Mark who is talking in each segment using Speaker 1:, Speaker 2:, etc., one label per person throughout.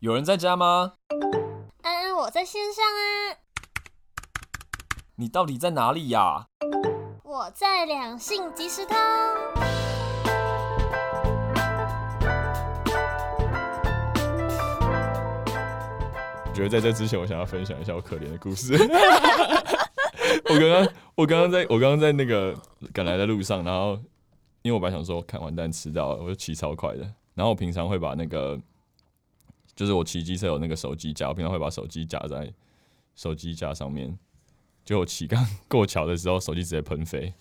Speaker 1: 有人在家吗？
Speaker 2: 安安，嗯我在线上啊，
Speaker 1: 你到底在哪里呀、
Speaker 2: 我在两性即时通。
Speaker 3: 我觉得在这之前，我想要分享一下我可怜的故事。 我刚刚，我刚刚在，我刚刚在那个赶来的路上，然后因为我本来想说，看完蛋迟到了，我就骑超快的。然后我平常会把那个，就是我骑机车有那个手机架，我平常会把手机架在手机架上面。就我骑刚 过桥的时候，手机直接喷飞，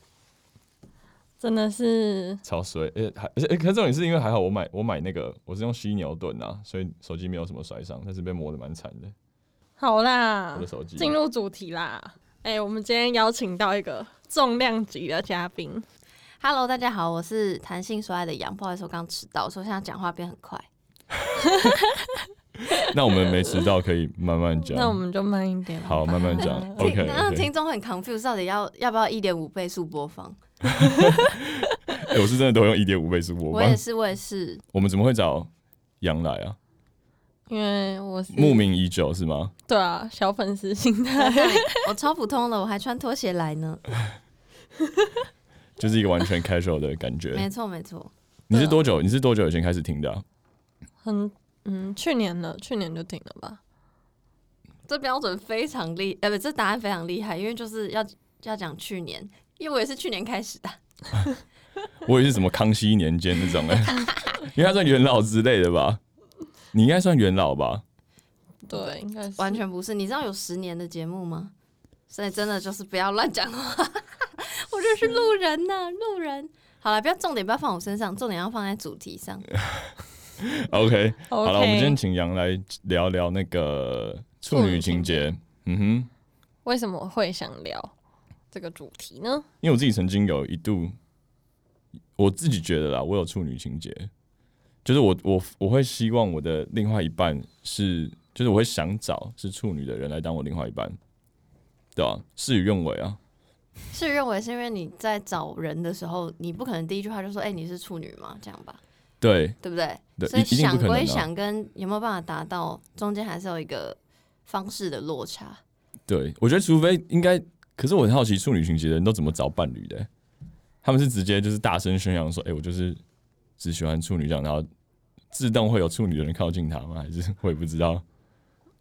Speaker 4: 真的是
Speaker 3: 超衰。而且还，而且、欸可是重点是因为还好我买我买那个我是用犀牛盾啊，所以手机没有什么摔伤，但是被磨得蛮惨的。
Speaker 4: 好啦
Speaker 3: 我的手机，
Speaker 4: 进入主题啦。哎、我们今天邀请到一个重量级的嘉宾，
Speaker 5: Hello，大家好，我是弹性说爱的杨，不好意思，我刚迟到，所以我现在讲话变很快。
Speaker 3: 那我们没迟到，可以慢慢讲。
Speaker 4: 那我们就慢一点。
Speaker 3: 啊好，慢慢 讲。
Speaker 4: 嗯
Speaker 3: OK，,
Speaker 5: 那
Speaker 3: o
Speaker 5: 听众会很 confused，到底要要不要一点五倍速播放？
Speaker 3: 哎我是真的都用一点五倍速播
Speaker 5: 我
Speaker 3: 放
Speaker 5: 也。是，我也是，
Speaker 3: 我们怎么会找杨来啊？
Speaker 4: 因为我是
Speaker 3: 慕名已久是吗？
Speaker 4: 对啊，小粉丝心态。
Speaker 5: 我超普通的，我还穿拖鞋来呢。
Speaker 3: 就是一个完全 casual 的感
Speaker 5: 没
Speaker 3: 觉。
Speaker 5: 错，没错，
Speaker 3: 你是多久？你是多久以前开始听的、啊？
Speaker 4: 很嗯，去年了，去年就停了吧。
Speaker 5: 这标准非常厉，呃，不，这答案非常厉害，因为就是要要讲去年，因为我也是去年开始的。
Speaker 3: 我也是什么康熙年间那 种哎、因为他算元老之类的吧？你应该算元老吧？
Speaker 4: 对，应该是
Speaker 5: 完全不是。你知道有十年的节目吗？所以真的就是不要乱讲话，我就是路人呐、路人。好了，不要重点不要放我身上，重点要放在主题上。
Speaker 3: OK，
Speaker 4: OK。
Speaker 3: 好了，我们今天请杨来聊聊那个处女情节。嗯哼，
Speaker 4: 为什么会想聊这个主题呢？
Speaker 3: 因为我自己曾经有一度，我自己觉得啦，我有处女情节，就是我我我会希望我的另外一半是，就是我会想找是处女的人来当我另外一半，对吧、事与愿违啊，
Speaker 5: 是认为是因为你在找人的时候，你不可能第一句话就说：“哎、你是处女吗？”这样吧，
Speaker 3: 对
Speaker 5: 对不对？
Speaker 3: 对，
Speaker 5: 所以
Speaker 3: 一一定
Speaker 5: 想
Speaker 3: 不可能
Speaker 5: 归
Speaker 3: 啊，
Speaker 5: 想，跟有没有办法达到中间还是有一个方式的落差。
Speaker 3: 对我觉得除非应该，可是我很好奇处女情节的人都怎么找伴侣的欸、他们是直接就是大声宣扬说：“哎、我就是只喜欢处女这样，然后自动会有处女的人靠近他吗？还是我也不知道。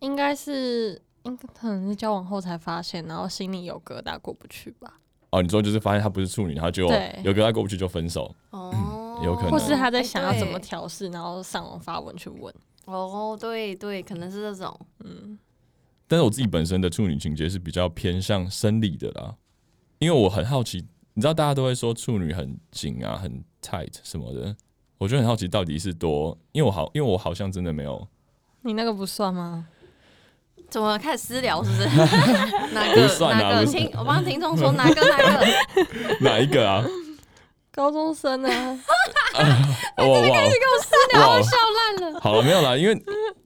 Speaker 4: 应该是，应该可能是交往后才发现，然后心里有疙瘩过不去吧，
Speaker 3: 哦，你说就是发现他不是处女，他就
Speaker 4: 对
Speaker 3: 有跟他过不去就分手。
Speaker 5: 哦，
Speaker 3: 嗯有可能
Speaker 4: 或是他在想要怎么
Speaker 5: 哎对
Speaker 4: 调试，然后上网发文去问。
Speaker 5: 哦，对对，可能是这种。
Speaker 4: 嗯，
Speaker 3: 但是我自己本身的处女情节是比较偏向生理的啦，因为我很好奇，你知道大家都会说处女很紧啊、很 tight 什么的，我就很好奇到底是多，因为我好，因为我好像真的没有，
Speaker 4: 你那个不算吗？
Speaker 5: 怎么开始私聊是 不是？哪
Speaker 3: 不
Speaker 5: 个
Speaker 3: 算啊
Speaker 5: 哪个
Speaker 3: 不算
Speaker 5: 听我帮听众说哪个哪个？
Speaker 3: 哪一个啊？
Speaker 4: 高中生啊，
Speaker 5: 哎
Speaker 3: 哦哇哇，
Speaker 5: 笑烂了。
Speaker 3: 好了没有啦，因为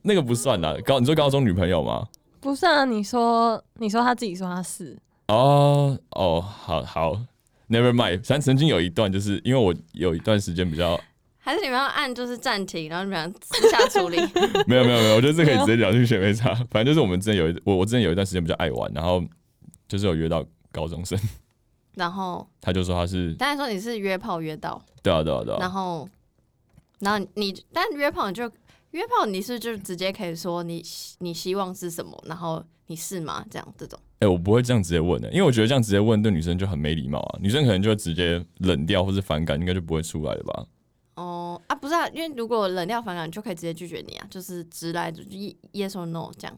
Speaker 3: 那个不算啦。高你说高中女朋友吗？
Speaker 4: 不算啊！你说，你说他自己说他是，
Speaker 3: 哦哦，好好，Never mind。咱曾经有一段，就是因为我有一段时间比较
Speaker 5: 还是你们要按就是暂停，然后你们俩私下处理。
Speaker 3: 没有没有没有，我觉得这可以直接聊进去没差。 反正就是我们之前有一我我之前有一段时间比较爱玩，然后就是有约到高中生，
Speaker 5: 然后
Speaker 3: 他就说他是
Speaker 5: 刚才说你是约炮约到，
Speaker 3: 对啊对啊对
Speaker 5: 然
Speaker 3: 啊，
Speaker 5: 后然后你但约炮你就约炮你是就直接可以说你你希望是什么，然后你是吗？这样这种
Speaker 3: 哎、我不会这样直接问的、因为我觉得这样直接问对女生就很没礼貌啊，女生可能就会直接冷掉或是反感，应该就不会出来了吧？
Speaker 5: 哦啊不是啊，因为如果冷掉反感，你就可以直接拒绝你啊，就是直来就 yes or no 这样。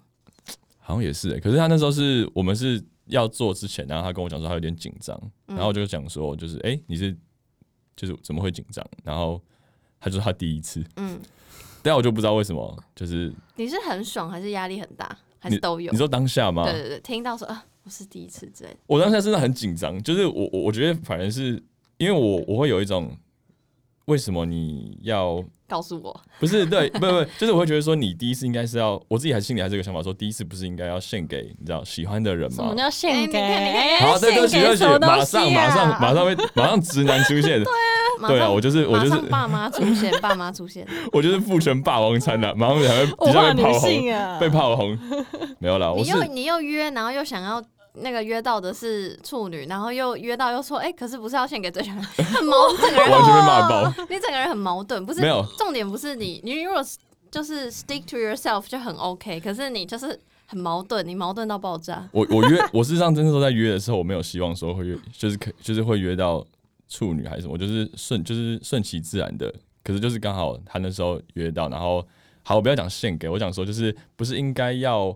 Speaker 3: 好像也是、欸，可是他那时候是我们是要做之前，然后他跟我讲说他有点紧张，
Speaker 5: 嗯
Speaker 3: 然后我就讲说就是哎、欸你是就是怎么会紧张？然后他就说他第一次，
Speaker 5: 嗯，
Speaker 3: 但我就不知道为什么，就是
Speaker 5: 你是很爽还是压力很大，还是都有
Speaker 3: 你？说当下吗？
Speaker 5: 对对对，听到说啊我是第一次之类的。
Speaker 3: 我当下真的很紧张，就是我我我觉得反正是因为我我会有一种为什么你要
Speaker 5: 告诉我，
Speaker 3: 不是对 不不就是我会觉得说你第一次应该是要我自己还心里还是有个想法说第一次不是应该要献给你知道喜欢的人
Speaker 4: 什
Speaker 3: 吗
Speaker 4: 么？叫献给？
Speaker 5: 哎你看你看
Speaker 4: 哎
Speaker 3: 好，对，对不起，对不
Speaker 4: 献给
Speaker 3: 起
Speaker 4: 什么，东
Speaker 3: 马
Speaker 4: 西啊
Speaker 3: 上，马上，马上会，马上直男出现。
Speaker 5: 马
Speaker 3: 对啊，
Speaker 5: 上
Speaker 3: 我就是我
Speaker 5: 马
Speaker 3: 就是
Speaker 5: 上爸妈出现，爸妈出现，
Speaker 3: 我就是父权霸王餐的，马上还会
Speaker 4: 我
Speaker 3: 底
Speaker 4: 怕
Speaker 3: 下被
Speaker 4: 女
Speaker 3: 炮轰，
Speaker 4: 性啊，
Speaker 3: 被炮轰，没有啦，我
Speaker 5: 你
Speaker 3: 是
Speaker 5: 又你又约，然后又想要那个约到的是处女，然后又约到又说，哎、可是不是要献给对象？ 很矛，你整个人
Speaker 3: 完全被骂爆，
Speaker 5: 你整个人很矛盾，不是
Speaker 3: 没有
Speaker 5: 重点不是你，你如果是就是 stick to yourself 就很 OK，可是你就是很矛盾，你矛盾到爆炸。
Speaker 3: 我我约，我事实上真的时候在约的时候，我没有希望说会约，就是可就是会约到处女还是什么，我就是顺就是顺其自然的。可是就是刚好他那时候约到，然后好，我不要讲献给我讲说，就是不是应该要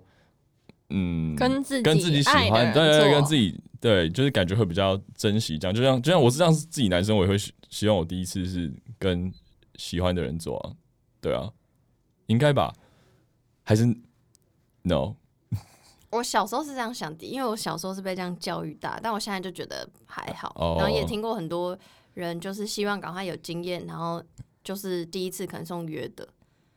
Speaker 3: 嗯
Speaker 4: 跟自己
Speaker 3: 跟自己喜
Speaker 4: 爱的
Speaker 3: 欢，
Speaker 4: 人
Speaker 3: 对对对，
Speaker 4: 做
Speaker 3: 跟自己对，就是感觉会比较珍惜这样。就像就像我是这样自己男生，我也会希希望我第一次是跟喜欢的人做啊，对啊，应该吧？还是 no？
Speaker 5: 我小时候是这样想的，因为我小时候是被这样教育大，但我现在就觉得还好。
Speaker 3: 哦
Speaker 5: 然后也听过很多人就是希望赶快有经验，然后就是第一次可能送约的，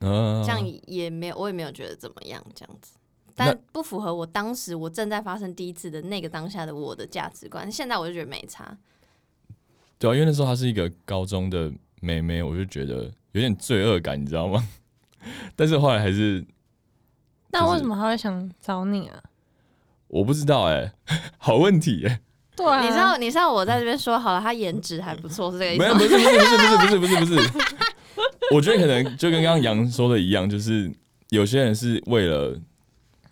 Speaker 3: 嗯、
Speaker 5: 这样也没有，我也没有觉得怎么样这样子。
Speaker 3: 那
Speaker 5: 但不符合我当时我正在发生第一次的那个当下的我的价值观，现在我就觉得没差。
Speaker 3: 对啊，因为那时候她是一个高中的妹妹，我就觉得有点罪恶感，你知道吗？ 但是后来还是
Speaker 4: 那
Speaker 3: 就是
Speaker 4: 为什么他会想找你啊？
Speaker 3: 我不知道哎、 好问题哎、
Speaker 4: 对啊，
Speaker 5: 你知道，你知道我在这边说好了，他颜值还不错，是这个意
Speaker 3: 没有
Speaker 5: 思吗
Speaker 3: 不？是不是不是不是不是不是不是，我觉得可能就跟刚刚杨说的一样，就是有些人是为了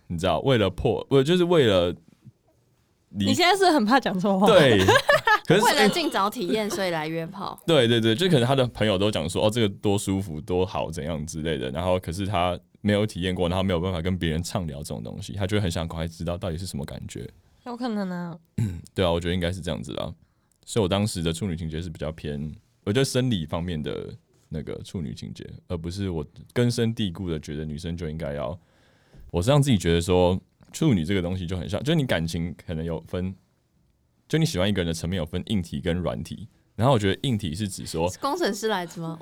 Speaker 3: 你知道，为了破，不就是为了
Speaker 4: 你
Speaker 3: 离
Speaker 4: 现在是很怕讲错话，，
Speaker 3: 对， 可是
Speaker 5: 为了尽早体验，所以来约炮。
Speaker 3: 对对对，就可能他的朋友都讲说哦，这个多舒服、多好怎样之类的，然后可是他没有体验过，然后没有办法跟别人畅聊这种东西，他就会很想赶快知道到底是什么感觉。
Speaker 4: 有可能啊。
Speaker 3: 对啊，我觉得应该是这样子啦。所以我当时的处女情节是比较偏，我觉得生理方面的那个处女情节，而不是我根深蒂固的觉得女生就应该要。我是让自己觉得说，处女这个东西就很像，就是你感情可能有分，就你喜欢一个人的层面有分硬体跟软体。然后我觉得硬体是指 说，
Speaker 5: 是工程师来 着吗？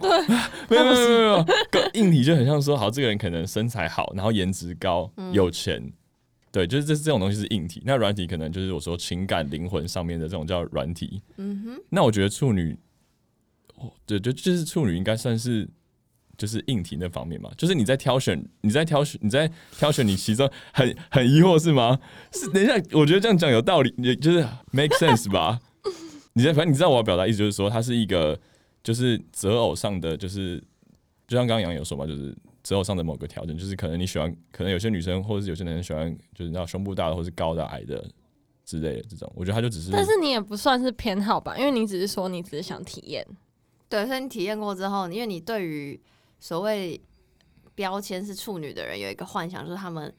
Speaker 3: 没有没有没有没有，个硬体就很像说，好，这个人可能身材好，然后颜值高，有钱，对，就是这这种东西是硬体。那软体可能就是我说情感灵魂上面的这种叫软体。
Speaker 5: 嗯哼，
Speaker 3: 那我觉得处女，哦，对，就就是处女应该算是就是硬体那方面嘛，就是你在挑选，你在挑选，你在挑选你其中很很疑惑是吗？是，等一下，我觉得这样讲有道理，也就是 make sense 吧。 你在反正你知道我要表达意思就是说，它是一个就是择偶上的，就是就像刚刚杨有说嘛，就是择偶上的某个条件，就是可能你喜欢，可能有些女生或者是有些男生喜欢，就是那胸部大的，或是高的、矮的之类的这种。我觉得他就只是，
Speaker 4: 但是你也不算是偏好吧，因为你只是说你只是想体验。
Speaker 5: 对，所以你体验过之后，因为你对于所谓标签是处女的人有一个幻想，就是他们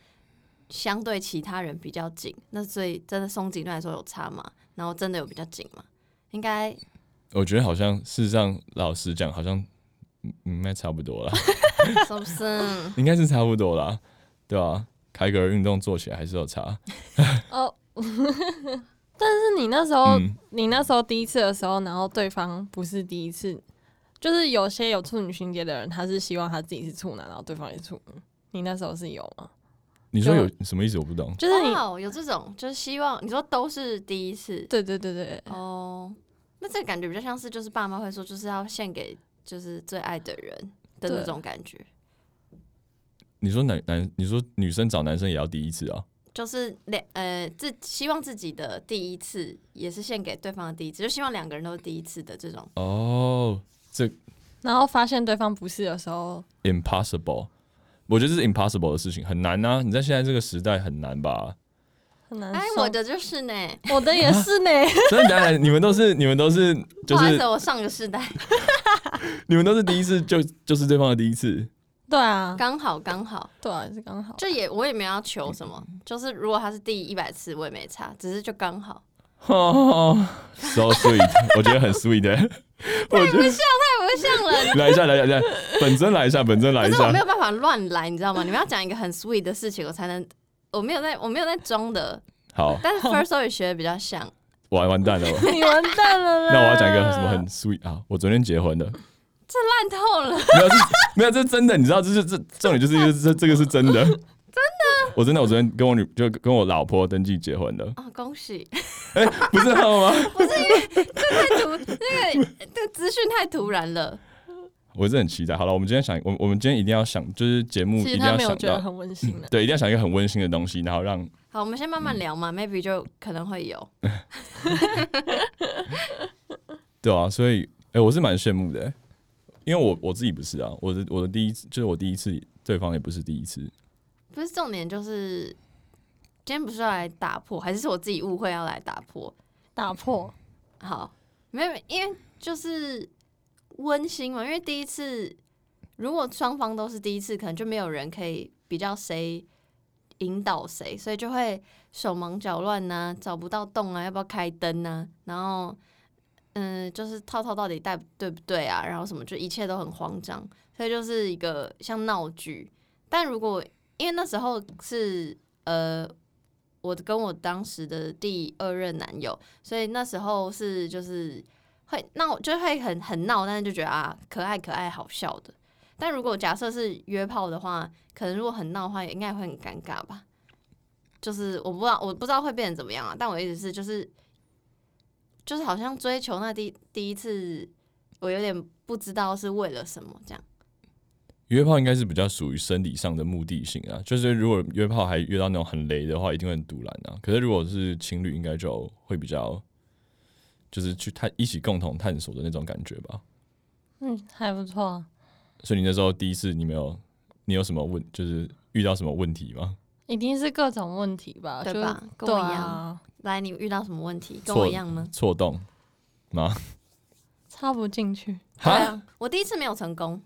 Speaker 5: 相对其他人比较紧，那所以真的松紧度来说有差吗？然后真的有比较紧吗？应该
Speaker 3: 我觉得好像事实上，老实讲，好像嗯应该差不多啦，
Speaker 5: 是不是？
Speaker 3: 应该是差不多啦，对吧、啊？凯格尔运动做起来还是有差，
Speaker 4: 哦， 但是你那时
Speaker 5: 哦
Speaker 4: 候，
Speaker 3: 嗯
Speaker 4: 你那时候第一次的时候，然后对方不是第一次，就是有些有处女情节的人，他是希望他自己是处男，然后对方也是处女。你那时候是有吗？
Speaker 3: 你说
Speaker 5: 啊
Speaker 3: 有什么意思？我不懂。
Speaker 4: 就是你，
Speaker 5: 哦，有这种，就是希望你说都是第一次
Speaker 4: 对对对对，
Speaker 5: 哦，那这个感觉比较像是就是爸妈会说就是要献给就是最爱的人的那
Speaker 4: 对
Speaker 5: 种感觉。
Speaker 3: 你说男男，你说女生找男生也要第一次啊？
Speaker 5: 就是两呃，自希望自己的第一次也是献给对方的第一次，就希望两个人都是第一次的这种。
Speaker 3: 哦、
Speaker 4: 然后发现对方不是的时候，
Speaker 3: i m p o s s i b l e 我觉得这是 impossible 的事情，很难啊！你在现在这个时代很难吧？
Speaker 4: 很难受。
Speaker 5: 哎，我的就是呢，
Speaker 4: 我的也是呢，
Speaker 3: 真的当然，你们都是你们都是就
Speaker 5: 不好意
Speaker 3: 是
Speaker 5: 思，我上个世代
Speaker 3: 你们都是第一次就就是对方的第一次，
Speaker 4: 对啊，
Speaker 5: 刚好刚好，嗯
Speaker 4: 对啊，是刚好。
Speaker 5: 就也我也没有要求什么，就是如果他是第一百次我也没差，只是就刚好。
Speaker 3: 哦，so sweet，我觉得很 sweet 的、我觉得
Speaker 5: 太不像 了，
Speaker 3: 来一下，来一下，来一下，本尊来一下，本尊来
Speaker 5: 可
Speaker 3: 一
Speaker 5: 是我没
Speaker 3: 下
Speaker 5: 有。办法乱来，你知道吗？你们要讲一个很 sweet 的事情，我才能，我没有在我没有在装的，
Speaker 3: 好，
Speaker 5: 但 是 first story 学的比较像，
Speaker 3: 完完蛋了我。
Speaker 4: 你完蛋了啦！
Speaker 3: 那我要讲一个什 么很 sweet 啊？我昨天结婚的，
Speaker 5: 烂透了。
Speaker 3: 没有，这没有，这是真的，你知道，这是这重点就是这这这个是真的，真的。我真的，我昨天跟我女就跟我老婆登记结婚了，
Speaker 5: 啊、恭 喜！
Speaker 3: 不是好吗？
Speaker 5: 太突那个那个资讯太突然了，
Speaker 3: 我是很期待。好了，我们今天想，我我们今天一定要想，就是节目
Speaker 4: 其
Speaker 3: 嗯一
Speaker 4: 实
Speaker 3: 定
Speaker 4: 他
Speaker 3: 要
Speaker 4: 没有
Speaker 3: 想
Speaker 4: 觉得
Speaker 3: 到，
Speaker 4: 很温馨的、
Speaker 3: 对，一定要想一个很温馨的东西，然后让
Speaker 5: 好，我们先慢慢聊嘛、m
Speaker 3: 嗯
Speaker 5: a y b e 就可能会有。
Speaker 3: 对啊，所以哎、我是蛮羡慕的、因为我我自己不是啊，我的我的第一次就是我第一次，对方也不是第一次，
Speaker 5: 不是重点，就是今天不是要来打破，还是是我自己误会要来打破？
Speaker 4: 打破，
Speaker 5: 好，没有，因为就是温馨嘛，因为第一次，如果双方都是第一次，可能就没有人可以比较谁引导谁，所以就会手忙脚乱呐，找不到洞啊，要不要开灯呐、然后。嗯，就是套套到底带对不对啊？然后什么，就一切都很慌张，所以就是一个像闹剧。但如果因为那时候是呃，我跟我当时的第二任男友，所以那时候是就是会闹，就会很很闹，但是就觉得啊，可爱可爱，好笑的。但如果假设是约炮的话，可能如果很闹的话，也应该会很尴尬吧。就是我不知道，我不知道会变成怎么样啊。但我意思是，就是就是好像追求那第第一次，我有点不知道是为了什么这样。
Speaker 3: 约炮应该是比较属于生理上的目的性啊，就是如果约炮还约到那种很雷的话，一定会很堵然啊。可是如果是情侣，应该就会比较，就是去探一起共同探索的那种感觉吧。
Speaker 4: 嗯，还不错啊。
Speaker 3: 所以你那时候第一次，你没有，你有什么问，就是遇到什么问题吗？
Speaker 4: 一定是各种问题吧，
Speaker 5: 对
Speaker 4: 就
Speaker 5: 吧跟
Speaker 4: 对
Speaker 5: 我一样
Speaker 4: 啊，
Speaker 5: 来，你遇到什么问题？跟
Speaker 3: 错
Speaker 5: 我一样吗？
Speaker 3: 错动吗？
Speaker 4: 插不进去，
Speaker 5: 对
Speaker 3: 哈，
Speaker 5: 啊，我第一次没有成功。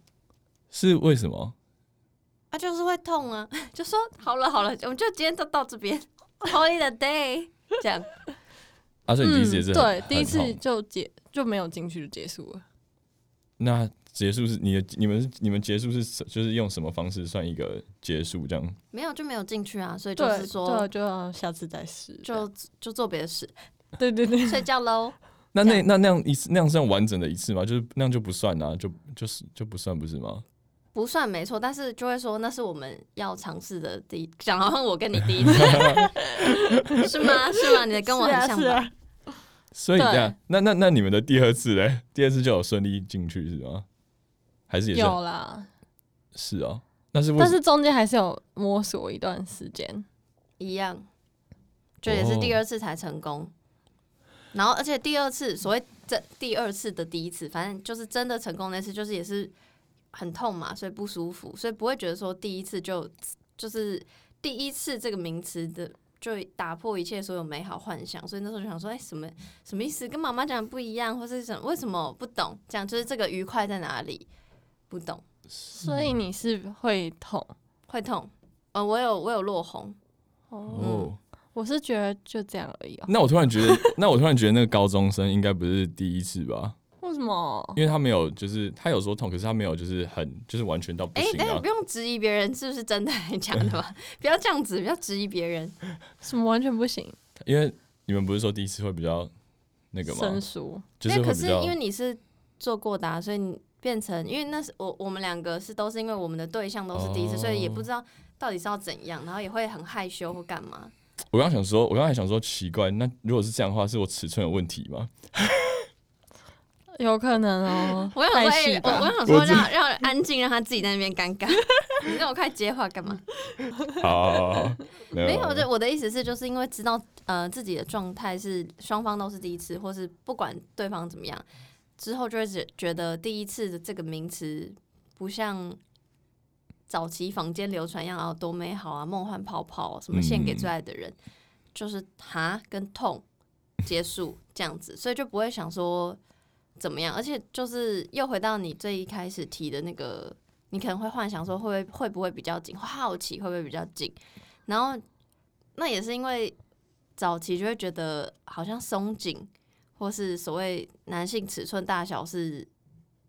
Speaker 3: 是为什么？
Speaker 5: 啊，就是会痛啊， 就说好了好了，我们就今天就到这边 ，Holy the day，这样
Speaker 3: 啊，所以你第一次也是很、
Speaker 4: 嗯对，
Speaker 3: 很
Speaker 4: 第一次
Speaker 3: 痛
Speaker 4: 就结就没有进去就结束了。
Speaker 3: 那结束是你的，你们是你们结束是什就是用什么方式算一个结束？这样
Speaker 5: 没有就没有进去啊，所以就
Speaker 4: 对，
Speaker 5: 是说
Speaker 4: 对，就要下次再试。
Speaker 5: 就啊就做别的事，
Speaker 4: 对对对，
Speaker 5: 睡觉喽。
Speaker 3: 那那那那样一次，那样算完整的一次吗？就是那样就不算啊，就就是就不算不是吗？
Speaker 5: 不算没错，但是就会说那是我们要尝试的第一，讲好像我跟你第 一次，是吗？是吗？你的跟我很像
Speaker 4: 是
Speaker 5: 吧？
Speaker 4: 啊，是啊
Speaker 3: 所以
Speaker 4: 对
Speaker 3: 这样，那那那你们的第二次嘞？第二次就有顺利进去是吗？还是也是啊
Speaker 4: 有啦，
Speaker 3: 是哦？那是为
Speaker 4: 但
Speaker 3: 什
Speaker 4: 是中间还是有摸索一段时间。
Speaker 5: 一样，就也是第
Speaker 3: 哦
Speaker 5: 二次才成功。然后，而且第二次所谓这第二次的第一次，反正就是真的成功那次，就是也是很痛嘛，所以不舒服，所以不会觉得说第一次就就是第一次这个名词的。就打破一切所有美好幻想，所以那时候就想说，哎、什么什么意思？跟妈妈讲的不一样，或是什么？为什么不懂？这样就是这个愉快在哪里？不懂，
Speaker 4: 所
Speaker 5: 嗯
Speaker 4: 以你是会痛，
Speaker 5: 会痛。呃，我有我有落红，
Speaker 3: 哦？
Speaker 4: 我是觉得就这样而已、哦。
Speaker 3: 那我突然觉得，那我突然觉得那个高中生应该不是第一次吧？
Speaker 4: 为什么？
Speaker 3: 因为他没有，就是他有说痛，可是他没有，就是很就是完全到不
Speaker 5: 哎、
Speaker 3: 行
Speaker 5: 但是
Speaker 3: 啊
Speaker 5: 不。用质疑别人是不是真的还是假 的吧，不要这样子，不要质疑别人。
Speaker 4: 什么完全不行？
Speaker 3: 因为你们不是说第一次会比较那个
Speaker 4: 生
Speaker 3: 吗？
Speaker 4: 疏，
Speaker 3: 就
Speaker 5: 因为
Speaker 3: 会
Speaker 5: 可
Speaker 3: 比
Speaker 5: 是
Speaker 3: 较
Speaker 5: 因为你是做过的、啊，所以你变成因为那是我我们两个是都是因为我们的对象都是第一次，
Speaker 3: 哦
Speaker 5: 所以也不知道到底是要怎样，然后也会很害羞或干嘛。
Speaker 3: 我刚刚想说，我刚才想说奇怪，那如果是这样的话，是我尺寸有问题吗？
Speaker 4: 有可能哦。
Speaker 5: 我想说，
Speaker 4: 太
Speaker 5: 哎、
Speaker 4: 细
Speaker 5: 我
Speaker 4: 吧
Speaker 5: 我想说让让安静，让他自己在那边尴尬。 你让我快接话干嘛？
Speaker 3: 好好，好好
Speaker 5: 没有，
Speaker 3: 好
Speaker 5: 就我的意思是，就是因为知道呃自己的状态是双方都是第一次，或是不管对方怎么样，之后就会觉觉得第一次的这个名词不像早期坊间流传一样啊多美好啊，梦幻泡泡什么献给最爱的人，就是哈跟痛结束这样子，所以就不会想说怎么样，而且就是又回到你最一开始提的那个。你可能会幻想说会不会会不会比较紧，会好奇会不会比较紧，然后那也是因为早期就会觉得好像松紧，或是所谓男性尺寸大小是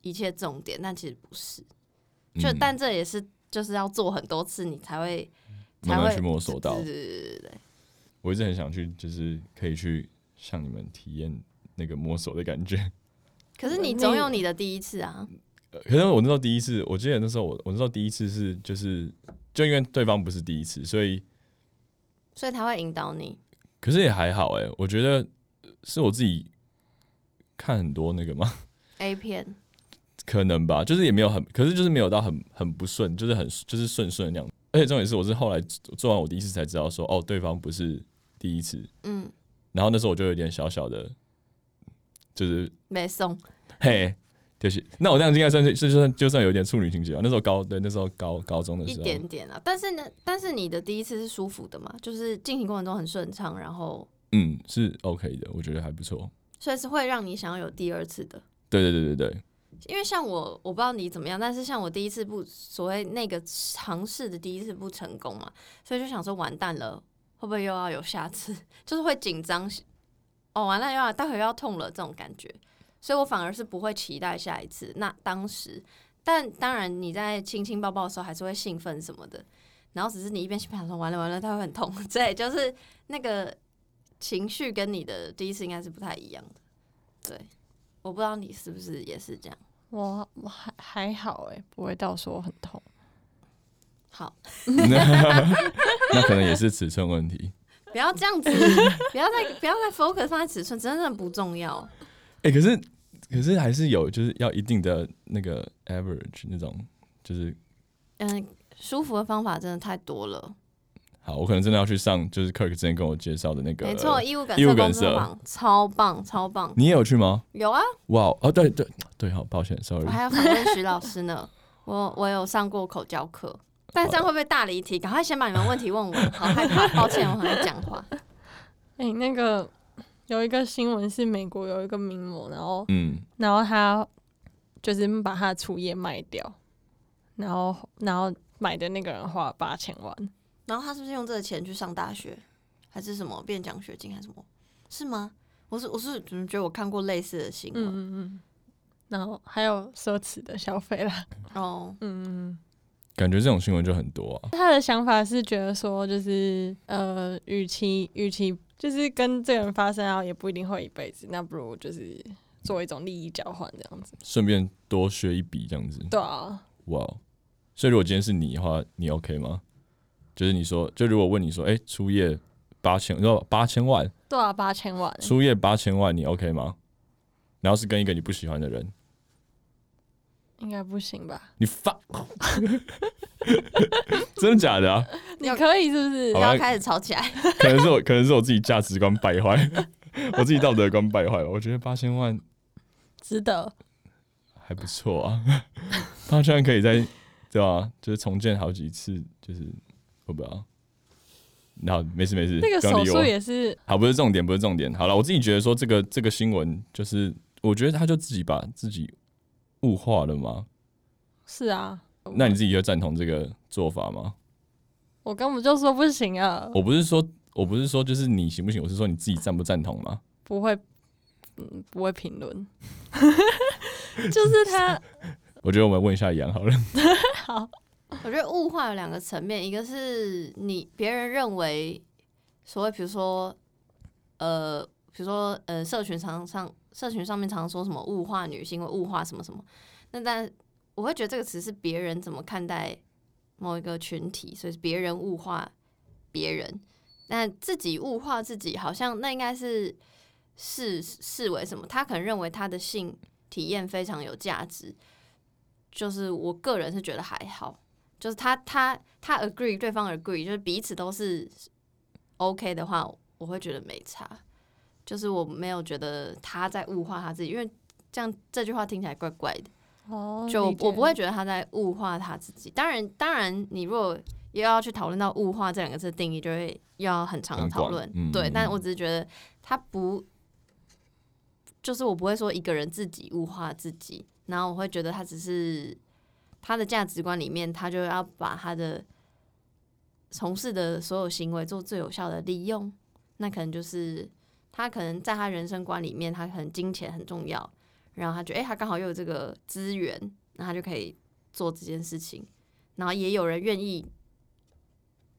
Speaker 5: 一切重点，但其实不是。就、
Speaker 3: 嗯
Speaker 5: 但这也是就是要做很多次，你才会才
Speaker 3: 慢慢
Speaker 5: 会
Speaker 3: 去摸索到
Speaker 5: 对。对对对对对，
Speaker 3: 我一直很想去，就是可以去向你们体验那个摸索的感觉。
Speaker 5: 可是你总有你的第一次啊，
Speaker 3: 呃可是我那时候第一次，我记得那时候我我那时候第一次是就是就因为对方不是第一次，所以
Speaker 5: 所以他会引导你。
Speaker 3: 可是也还好哎、我觉得是我自己看很多那个嘛，
Speaker 5: A 片，
Speaker 3: 可能吧，就是也没有很，可是就是没有到很很不顺，就是很就是顺顺那样。而且重点是，我是后来做做完我第一次才知道说，哦，对方不是第一次。
Speaker 5: 嗯，
Speaker 3: 然后那时候我就有点小小的，就是
Speaker 5: 没送，
Speaker 3: 嘿，就是那我这样应该算是就算就算有点处女情节吧。那时候高对，那时候高高中的
Speaker 5: 一
Speaker 3: 时候，
Speaker 5: 点点啊。但是呢，但是你的第一次是舒服的嘛？就是进行过程中很顺畅，然后
Speaker 3: 嗯，是 OK 的，我觉得还不错。
Speaker 5: 所以是会让你想要有第二次的。
Speaker 3: 对对对对对，
Speaker 5: 因为像我，我不知道你怎么样，但是像我第一次不所谓那个尝试的第一次不成功嘛，所以就想说完蛋了，会不会又要有下次？ 就是会紧张，哦，完了又要待会又要痛了这种感觉，所以我反而是不会期待下一次。那当时，但当然你在亲亲抱抱的时候还是会兴奋什么的，然后只是你一边想说完了完了，他会很痛， 对，就是那个情绪跟你的第一次应该是不太一样的，对。我不知道你是不是也是这样。
Speaker 4: 我我还还好哎、不会到说很痛。
Speaker 5: 好，
Speaker 3: 那可能也是尺寸问题。
Speaker 5: 不要 这样子，不要再不要再 focus 放在尺寸，真的不重要。
Speaker 3: 哎、可是可是还是有就是要一定的那个 average 那种，就是
Speaker 5: 嗯，舒服的方法真的太多了。
Speaker 3: 好，我可能真的要去上就是 Kirk 之前跟我介绍的那个，
Speaker 5: 没错，义务感
Speaker 3: 义务
Speaker 5: 社
Speaker 3: 感
Speaker 5: 工
Speaker 3: 社
Speaker 5: 作坊超棒，超棒。
Speaker 3: 你也有去吗？
Speaker 5: 有啊，
Speaker 3: 哇、哦，对对对，好，抱歉，sorry
Speaker 5: 我。还要访问徐老师呢。我我有上过口交课，但这样会不会大离题？赶快先把你们问题问 我，好害怕，抱歉，我很会讲话。
Speaker 4: 哎、那个有一个新闻是美国有一个名模，然后
Speaker 3: 嗯，
Speaker 4: 然后他就是把他的初夜卖掉，然后然后买的那个人花了八千万，
Speaker 5: 然后他是不是用这个钱去上大学，还是什么变奖学金，还是什么？是吗？我是我是怎么觉得我看过类似的新闻？
Speaker 4: 嗯嗯，然后还有奢侈的消费啦，
Speaker 3: 啊
Speaker 5: 哦，
Speaker 4: 嗯嗯。
Speaker 3: 感觉这种新闻就很多啊。
Speaker 4: 他的想法是觉得说，就是呃，与其与其就是跟这个人发生，然后也不一定会一辈子，那不如就是做一种利益交换这样子。
Speaker 3: 顺便多学一笔这样子。
Speaker 4: 对啊，
Speaker 3: 哇、所以如果今天是你的话，你 OK 吗？就是你说，就如果问你说，哎、初夜八千，你说八千万，
Speaker 5: 嗯
Speaker 4: 对啊，八千万，
Speaker 3: 初夜八千万，你 OK 吗？然后是跟一个你不喜欢的人，
Speaker 4: 应该不行吧？
Speaker 3: 你 发，真的假的啊？
Speaker 4: 你可以是不是
Speaker 5: 不
Speaker 3: 好？吧
Speaker 5: 要开始吵起来。
Speaker 3: 可能是我，可能是我自己价值观败坏，我自己道德观败坏吧。我觉得八千万
Speaker 4: 值得。
Speaker 3: 还不错啊，八千万可以在对吧、就是重建好几次，就是我不知道。那没事没事，
Speaker 4: 那个
Speaker 3: 不要
Speaker 4: 手
Speaker 3: 理我
Speaker 4: 术也是，
Speaker 3: 好，不是重点，不是重点。好了，我自己觉得说这个这个新闻，就是我觉得他就自己把自己物化了嘛。
Speaker 4: 是啊。
Speaker 3: 那你自己就赞同这个做法吗？
Speaker 4: 我根本就说不行啊，
Speaker 3: 我不是说我不是说就是你行不行，我是说你自己赞不赞同嘛。
Speaker 4: 不会，嗯，不会评论。 就是 他，
Speaker 3: 我觉得我们问一下杨好了。
Speaker 5: 我觉得物化有两个层面，一个是你别人认为所谓，比如说，呃，比如说，呃，社群常上社群上面常说什么物化女性或物化什么什么，那但我会觉得这个词是别人怎么看待某一个群体，所以是别人物化别人，但自己物化自己，好像那应该是视视为什么？他可能认为他的性体验非常有价值，就是我个人是觉得还好。就是他他他 agree，对方 agree，就是彼此都是 OK 的话，我会觉得没差。就是我没有觉得他在物化他自己，因为这样这句话听起来怪怪的，
Speaker 4: 哦
Speaker 5: 就
Speaker 4: 理解
Speaker 5: 我不会觉得他在物化他自己。当然，当然，你如果又要去讨论到物化这两个字的定义，就会又要很长的
Speaker 3: 很
Speaker 5: 讨
Speaker 3: 广
Speaker 5: 论。
Speaker 3: 嗯
Speaker 5: 对，
Speaker 3: 嗯
Speaker 5: 但
Speaker 3: 嗯
Speaker 5: 我只是觉得他不，就是我不会说一个人自己物化自己，然后我会觉得他只是他的价值观里面，他就要把他的从事的所有行为做最有效的利用。那可能就是他可能在他人生观里面，他可能金钱很重要，然后他觉得诶，他刚好又有这个资源，那他就可以做这件事情。然后也有人愿意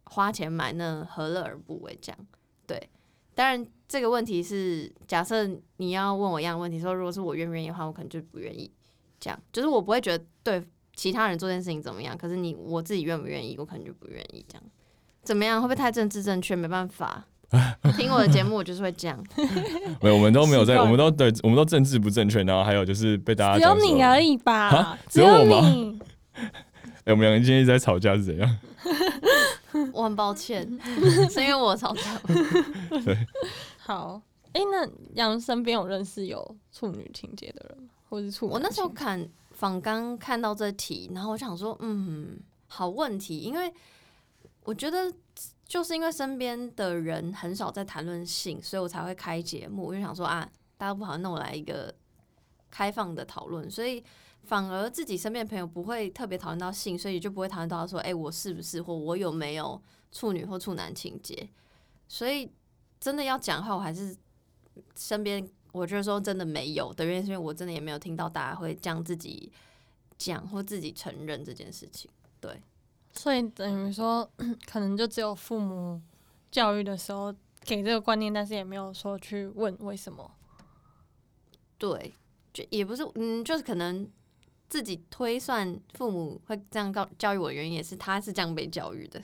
Speaker 5: 花钱买，那何乐而不为？这样对。当然，这个问题是假设你要问我一样的问题，说如果是我愿不愿意的话，我可能就不愿意。这样就是我不会觉得对其他人做这件事情怎么样，可是你我自己愿不愿意，我可能就不愿意这样。怎么样？会不会太政治正确？没办法，听我的节目我就是会这样。
Speaker 3: 没有，我们都没有在，
Speaker 4: 习惯
Speaker 3: 我们都对，我们都政治不正确，然后还有就是被大家
Speaker 4: 只有
Speaker 3: 讲说
Speaker 4: 你而已吧
Speaker 3: 啊？
Speaker 4: 只
Speaker 3: 只有
Speaker 4: 有
Speaker 3: 我吗
Speaker 4: 你，
Speaker 3: 哎、我们两个今天一直在吵架是怎样？
Speaker 5: 我很抱歉， 是因为我吵架。
Speaker 4: 好，哎、那杨身边有认识有处女情节的人吗？或是处男
Speaker 5: 我那时候
Speaker 4: 情
Speaker 5: 看访刚看到这题，然后我想说，嗯，好问题，因为我觉得就是因为身边的人很少在谈论性，所以我才会开节目，我就想说啊，大家不好，那我来一个开放的讨论，所以。反而自己身边的朋友不会特别讨论到性，所以就不会讨论到说，哎、我是不是或我有没有处女或处男情节。所以真的要讲的话，我还是身边我就是说真的没有的原因，是因为我真的也没有听到大家会这样自己讲或自己承认这件事情。
Speaker 4: 所以等于说，可能就只有父母教育的时候给这个观念，但是也没有说去问为什么。
Speaker 5: 对，就也不是，嗯，就是可能自己推算父母会这样告教育我的原因，也是他是这样被教育的，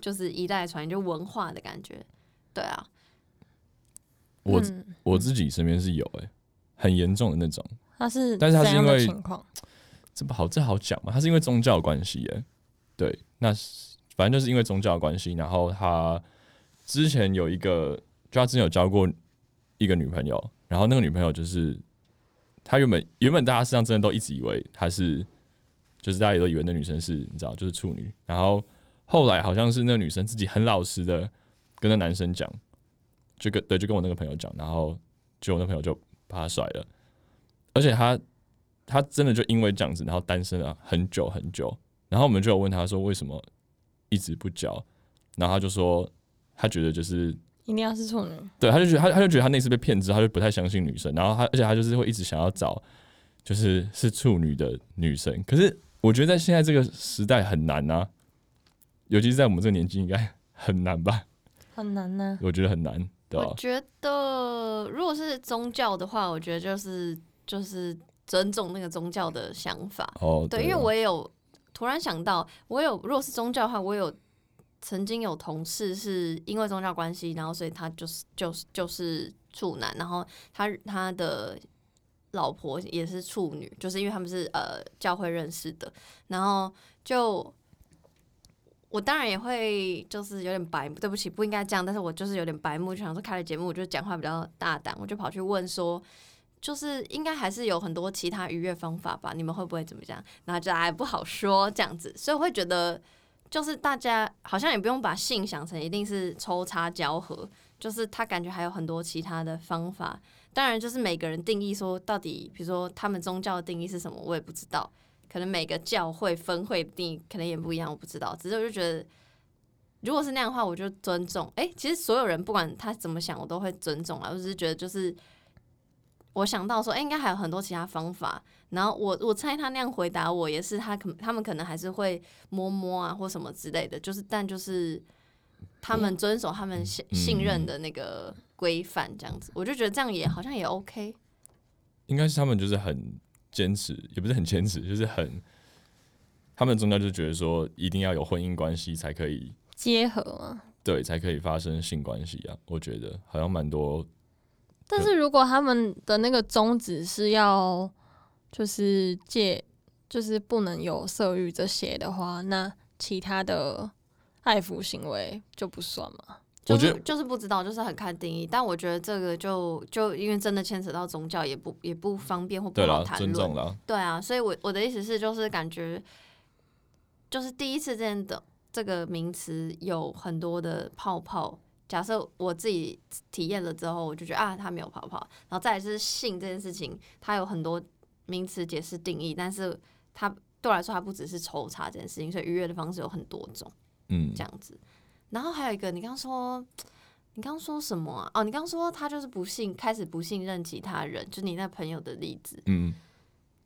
Speaker 5: 就是一代传一，就文化的感觉。对啊，
Speaker 3: 我、
Speaker 4: 嗯、
Speaker 3: 我自己身边是有哎、很严重的那种，
Speaker 4: 他是
Speaker 3: 但是他是
Speaker 4: 怎样的
Speaker 3: 因为
Speaker 4: 情况，
Speaker 3: 这不好这好讲嘛，他是因为宗教的关系耶、对，那是反正就是因为宗教的关系，然后他之前有一个，就他之前有交过一个女朋友，然后那个女朋友就是他原本原本大家实际上真的都一直以为他是，就是大家也都以为那女生是你知道就是处女，然后后来好像是那个女生自己很老实的跟那男生讲，就跟对就跟我那个朋友讲，然后就我那朋友就把他甩了，而且他他真的就因为这样子，然后单身了很久很久。然后我们就有问他说为什么一直不交，然后他就说他觉得就是
Speaker 4: 一定要是处女。
Speaker 3: 对，他就觉得他他就觉得他那次被骗之后，他就不太相信女生，然后他而且他就是会一直想要找就是是处女的女生，可是我觉得在现在这个时代很难啊，尤其是在我们这个年纪应该很难吧，
Speaker 4: 很难呢、
Speaker 3: 我觉得很难，对啊吧
Speaker 5: 我？觉得如果是宗教的话，我觉得就是就是尊重那个宗教的想法。
Speaker 3: 哦，
Speaker 5: 对，因为我也有突然想到，我有如果是宗教的话，我有曾经有同事是因为宗教关系，然后所以他就是就是就是处男，然后他他的老婆也是处女，就是因为他们是呃教会认识的，然后就。我当然也会，就是有点白目，对不起，不应该这样，但是我就是有点白目，就想说开了节目，我就讲话比较大胆，我就跑去问说，就是应该还是有很多其他愉悦方法吧？你们会不会怎么样？然后就哎不好说这样子，所以我会觉得就是大家好像也不用把性想成一定是抽插交合，就是他感觉还有很多其他的方法。当然，就是每个人定义说到底，比如说他们宗教的定义是什么，我也不知道。可能每个教会分会的定义可能也不一样，我不知道。只是我就觉得，如果是那样的话，我就尊重。哎、其实所有人不管他怎么想，我都会尊重啊。我只是觉得就是。我想到说，哎、应该还有很多其他方法。然后我我猜他那样回答我，也是他可他们可能还是会摸摸啊或什么之类的，就是但就是他们遵守他们信
Speaker 3: 嗯
Speaker 5: 信任的那个规范这样子，我就觉得这样也好像也 OK。
Speaker 3: 应该是他们就是很坚持，也不是很坚持，就是很他们的宗教就觉得说一定要有婚姻关系才可以，
Speaker 4: 结合嘛。
Speaker 3: 对，才可以发生性关系啊。我觉得好像蛮多，
Speaker 4: 但是如果他们的那个宗旨是要就是戒，就是不能有色欲这些的话，那其他的爱抚行为就不算嘛。
Speaker 5: 就
Speaker 3: 我觉
Speaker 5: 是
Speaker 3: 得
Speaker 5: 就是不知道，就是很看定义。但我觉得这个就就因为真的牵扯到宗教，也不也不方便或不
Speaker 3: 对
Speaker 5: 好
Speaker 3: 啦，
Speaker 5: 谈
Speaker 3: 尊
Speaker 5: 论
Speaker 3: 重。啦，
Speaker 5: 对啊，所以我我的意思是，就是感觉就是第一次见的这个名词有很多的泡泡。假设我自己体验了之后，我就觉得啊，它没有泡泡。然后再来就是性这件事情，它有很多名词解释定义，但是它对我来说，它不只是抽查这件事情，所以愉悦的方式有很多种。
Speaker 3: 嗯
Speaker 5: 这，样子。然后还有一个，你刚说，你刚说什么啊？哦，你刚说他就是不信，开始不信任其他人，就你那朋友的例子，
Speaker 3: 嗯，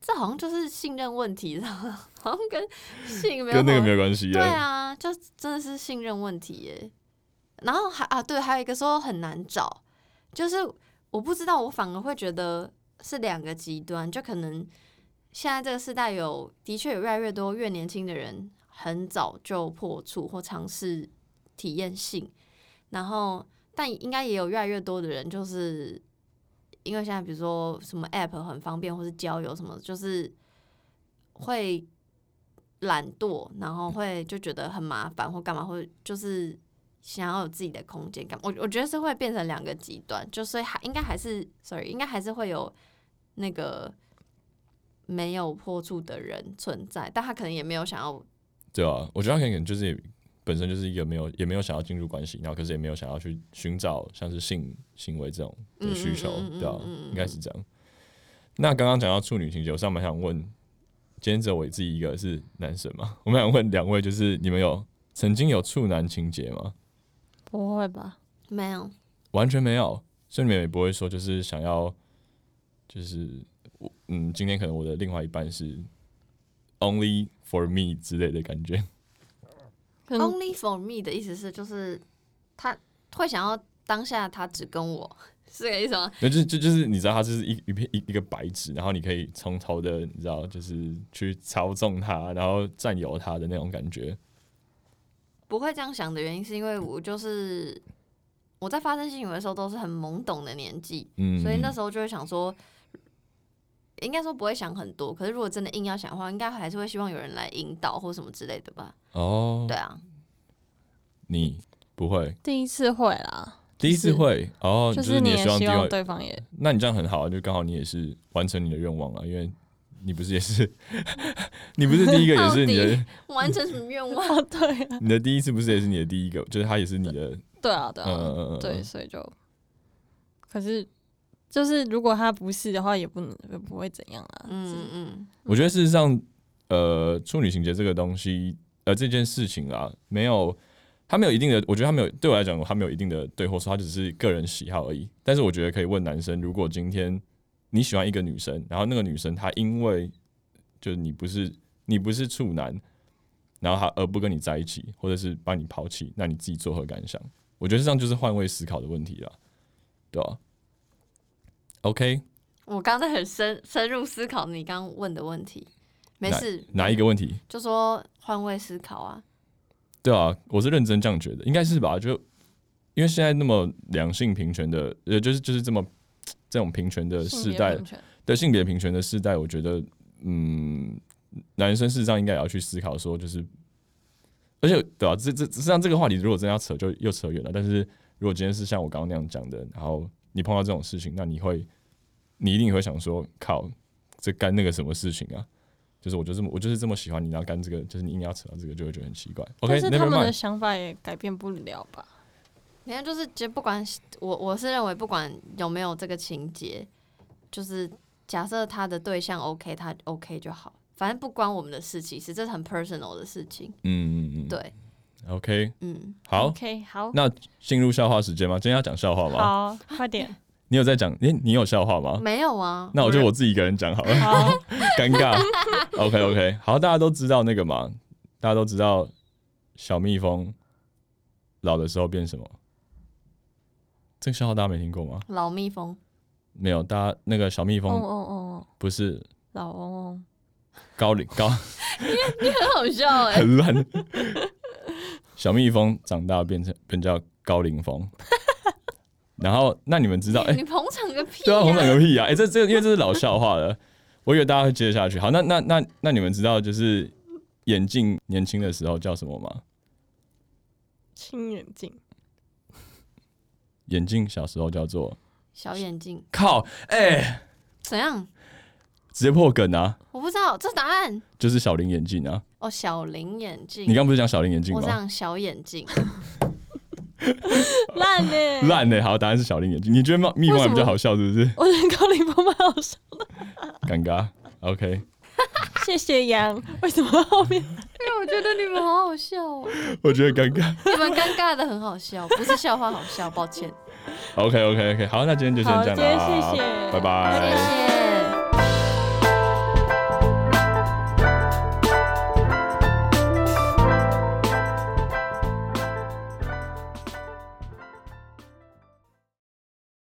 Speaker 5: 这好像就是信任问题， 知道吗？好像跟信没有
Speaker 3: 跟那个
Speaker 5: 好
Speaker 3: 没有关系
Speaker 5: 对
Speaker 3: 啊。
Speaker 5: 啊，就真的是信任问题耶。然后还啊，对，还有一个说很难找，就是我不知道，我反而会觉得是两个极端，就可能现在这个时代有的确有越来越多越年轻的人很早就破处或尝试体验性。然后，但应该也有越来越多的人，就是因为现在比如说什么 App 很方便，或是交友什么，就是会懒惰，然后会就觉得很麻烦或干嘛，或就是想要有自己的空间感。我我觉得是会变成两个极端，就所以还应该还是 sorry，应该还是会有那个没有破处的人存在，但他可能也没有想要
Speaker 3: 对啊，我觉得他可能就是也本身就是一个没有也没有想要进入关系，然后可是也没有想要去寻找像是性行为这种的需求，
Speaker 5: 嗯嗯嗯嗯
Speaker 3: 对啊
Speaker 5: 嗯嗯嗯，
Speaker 3: 应该是这样。那刚刚讲到处女情节，我上面想问，今天只有我自己一个是男生嘛？我们想问两位，就是你们有曾经有处男情节吗？
Speaker 4: 不会吧？
Speaker 5: 没有
Speaker 3: 完全没有，所以你们也不会说就是想要，就是我嗯，今天可能我的另外一半是 only for me 之类的感觉。
Speaker 4: 可能
Speaker 5: only for me 的意思是就是他会想要当下他只跟我是这个意思吗？
Speaker 3: 那就就就是你知道，它就是一一片一一个白纸，然后你可以从头的，你知道，就是去操纵它，然后占有它的那种感觉。
Speaker 5: 不会这样想的原因是因为我就是我在发生性行为的时候都是很懵懂的年纪，
Speaker 3: 嗯，
Speaker 5: 所以那时候就会想说，应该说不会想很多。可是如果真的硬要想的话，应该还是会希望有人来引导或什么之类的吧？
Speaker 3: 哦，
Speaker 5: 对啊，
Speaker 3: 你不会
Speaker 4: 第一次会啦，
Speaker 3: 第一次会哦，
Speaker 4: 就是你
Speaker 3: 也
Speaker 4: 也
Speaker 3: 希望
Speaker 4: 希
Speaker 3: 第二
Speaker 4: 望，对方也
Speaker 3: 那你这样很好啊，就刚好你也是完成你的愿望了，啊因为你不是也是， 你不是第一个，也是 你
Speaker 5: 到
Speaker 3: 的，
Speaker 5: 完成什么 愿望？
Speaker 4: 哦，对啊，
Speaker 3: 你的第一次不是也是你的第一个，就是它也是你的，
Speaker 4: 对啊，对
Speaker 3: 嗯
Speaker 4: 啊，
Speaker 3: 嗯嗯，嗯
Speaker 4: 对，，所以就，可是就是如果他不是的话，也不能也不会怎样啊。
Speaker 5: 嗯
Speaker 4: 嗯，
Speaker 5: 嗯，
Speaker 3: 我觉得事实上，呃，处女情节这个东西，呃，这件事情啊，没有，它没有一定的，我觉得它没有，对我来讲，它没有一定的对或错，它只是个人喜好而已。但是我觉得可以问男生，如果今天你喜欢一个女生，然后那个女生她因为就是你不是你不是处男，然后她而不跟你在一起，或者是把你抛弃，那你自己作何感想？我觉得这样就是换位思考的问题啦，对吧、OK，
Speaker 5: 我刚才很深深入思考你刚刚问的问题，没事，
Speaker 3: 哪一个问题？
Speaker 5: 就说换位思考啊。
Speaker 3: 对啊，我是认真这样觉得，应该是吧？就因为现在那么两性平权的，呃，就是就是这么这种平权的
Speaker 4: 性
Speaker 3: 世
Speaker 4: 别
Speaker 3: 代
Speaker 4: 平，权
Speaker 3: 对性别平权的世代，我觉得，嗯，男生事实上应该也要去思考说，就是，而且对吧、这这实际上这个话题如果真的要扯，就又扯远了。但是如果今天是像我刚刚那样讲的，然后你碰到这种事情，那你会，你一定会想说，靠，这干那个什么事情啊？就是我就这么我就是这么喜欢你，然后干这个，就是你硬要扯到这个，就会觉得很奇怪。OK，
Speaker 4: 但是他
Speaker 3: never
Speaker 4: 们
Speaker 3: mind
Speaker 4: 的。想法也改变不了吧？
Speaker 5: 你看，就是其实不管是我，我是认为不管有没有这个情节，就是假设他的对象 OK，他 OK 就好，反正不关我们的事，其实这是很 personal 的事情。
Speaker 3: 嗯嗯嗯，
Speaker 5: 对，
Speaker 3: ，OK，
Speaker 5: 嗯，
Speaker 3: 好，
Speaker 4: ，OK，好，
Speaker 3: 那进入笑话时间吗？今天要讲笑话吗？
Speaker 4: 好，快点，
Speaker 3: 你有在讲？你你有笑话吗？
Speaker 5: 没有啊，
Speaker 3: 那我就我自己一个人讲好了。
Speaker 4: 好，
Speaker 3: 尴尬。OK OK，好，大家都知道那个嘛，大家都知道小蜜蜂老的时候变什么？这个笑话大家没听过吗？
Speaker 5: 老蜜蜂
Speaker 3: 没有，大家那个小蜜
Speaker 4: 嗡
Speaker 5: 哦
Speaker 4: 嗡
Speaker 3: 蜂
Speaker 4: 嗡嗡，
Speaker 3: 不是
Speaker 4: 老嗡嗡，
Speaker 3: 高龄 高
Speaker 5: 很好笑哎、
Speaker 3: 很乱，小蜜蜂长大变成变叫高龄蜂。然后，那你们知道？哎、
Speaker 5: 你捧场个屁、
Speaker 3: 对啊，红粉个屁啊！哎、这这因为这是老笑话了，我以为大家会接下去。好，那那那那你们知道就是眼镜年轻的时候叫什么吗？
Speaker 4: 亲眼镜，
Speaker 3: 眼镜小时候叫做
Speaker 5: 小眼睛
Speaker 3: 靠，哎、
Speaker 5: 怎样？
Speaker 3: 直接破梗啊，
Speaker 5: 我不知道这答案
Speaker 3: 就是小林眼镜啊。
Speaker 5: 哦，小林眼
Speaker 4: 嗯
Speaker 5: 镜。
Speaker 3: 你刚不是讲小林眼镜
Speaker 5: 我这
Speaker 3: 吗？
Speaker 5: 样小眼 镜，哎
Speaker 4: 烂呢，
Speaker 3: 烂呢、好，答案是小林眼镜。你觉得蜜蜜
Speaker 4: 为
Speaker 3: 蜂
Speaker 4: 什
Speaker 3: 还
Speaker 4: 么
Speaker 3: 比较好笑，是不是？
Speaker 4: 我觉得高凌风蛮好笑，
Speaker 3: 尴尬。OK，
Speaker 4: 谢谢杨，为什么后面
Speaker 5: 因为我觉得你们好好笑哦，
Speaker 3: 我觉得尴尬。
Speaker 5: 你们尴尬的很好笑，不是 笑话好笑，抱歉，
Speaker 3: OK OK OK，好，那今天就先
Speaker 4: 好，
Speaker 3: 这
Speaker 4: 今
Speaker 3: 样
Speaker 4: 天
Speaker 3: 啦，
Speaker 4: 谢谢，
Speaker 3: 拜拜
Speaker 5: 谢谢。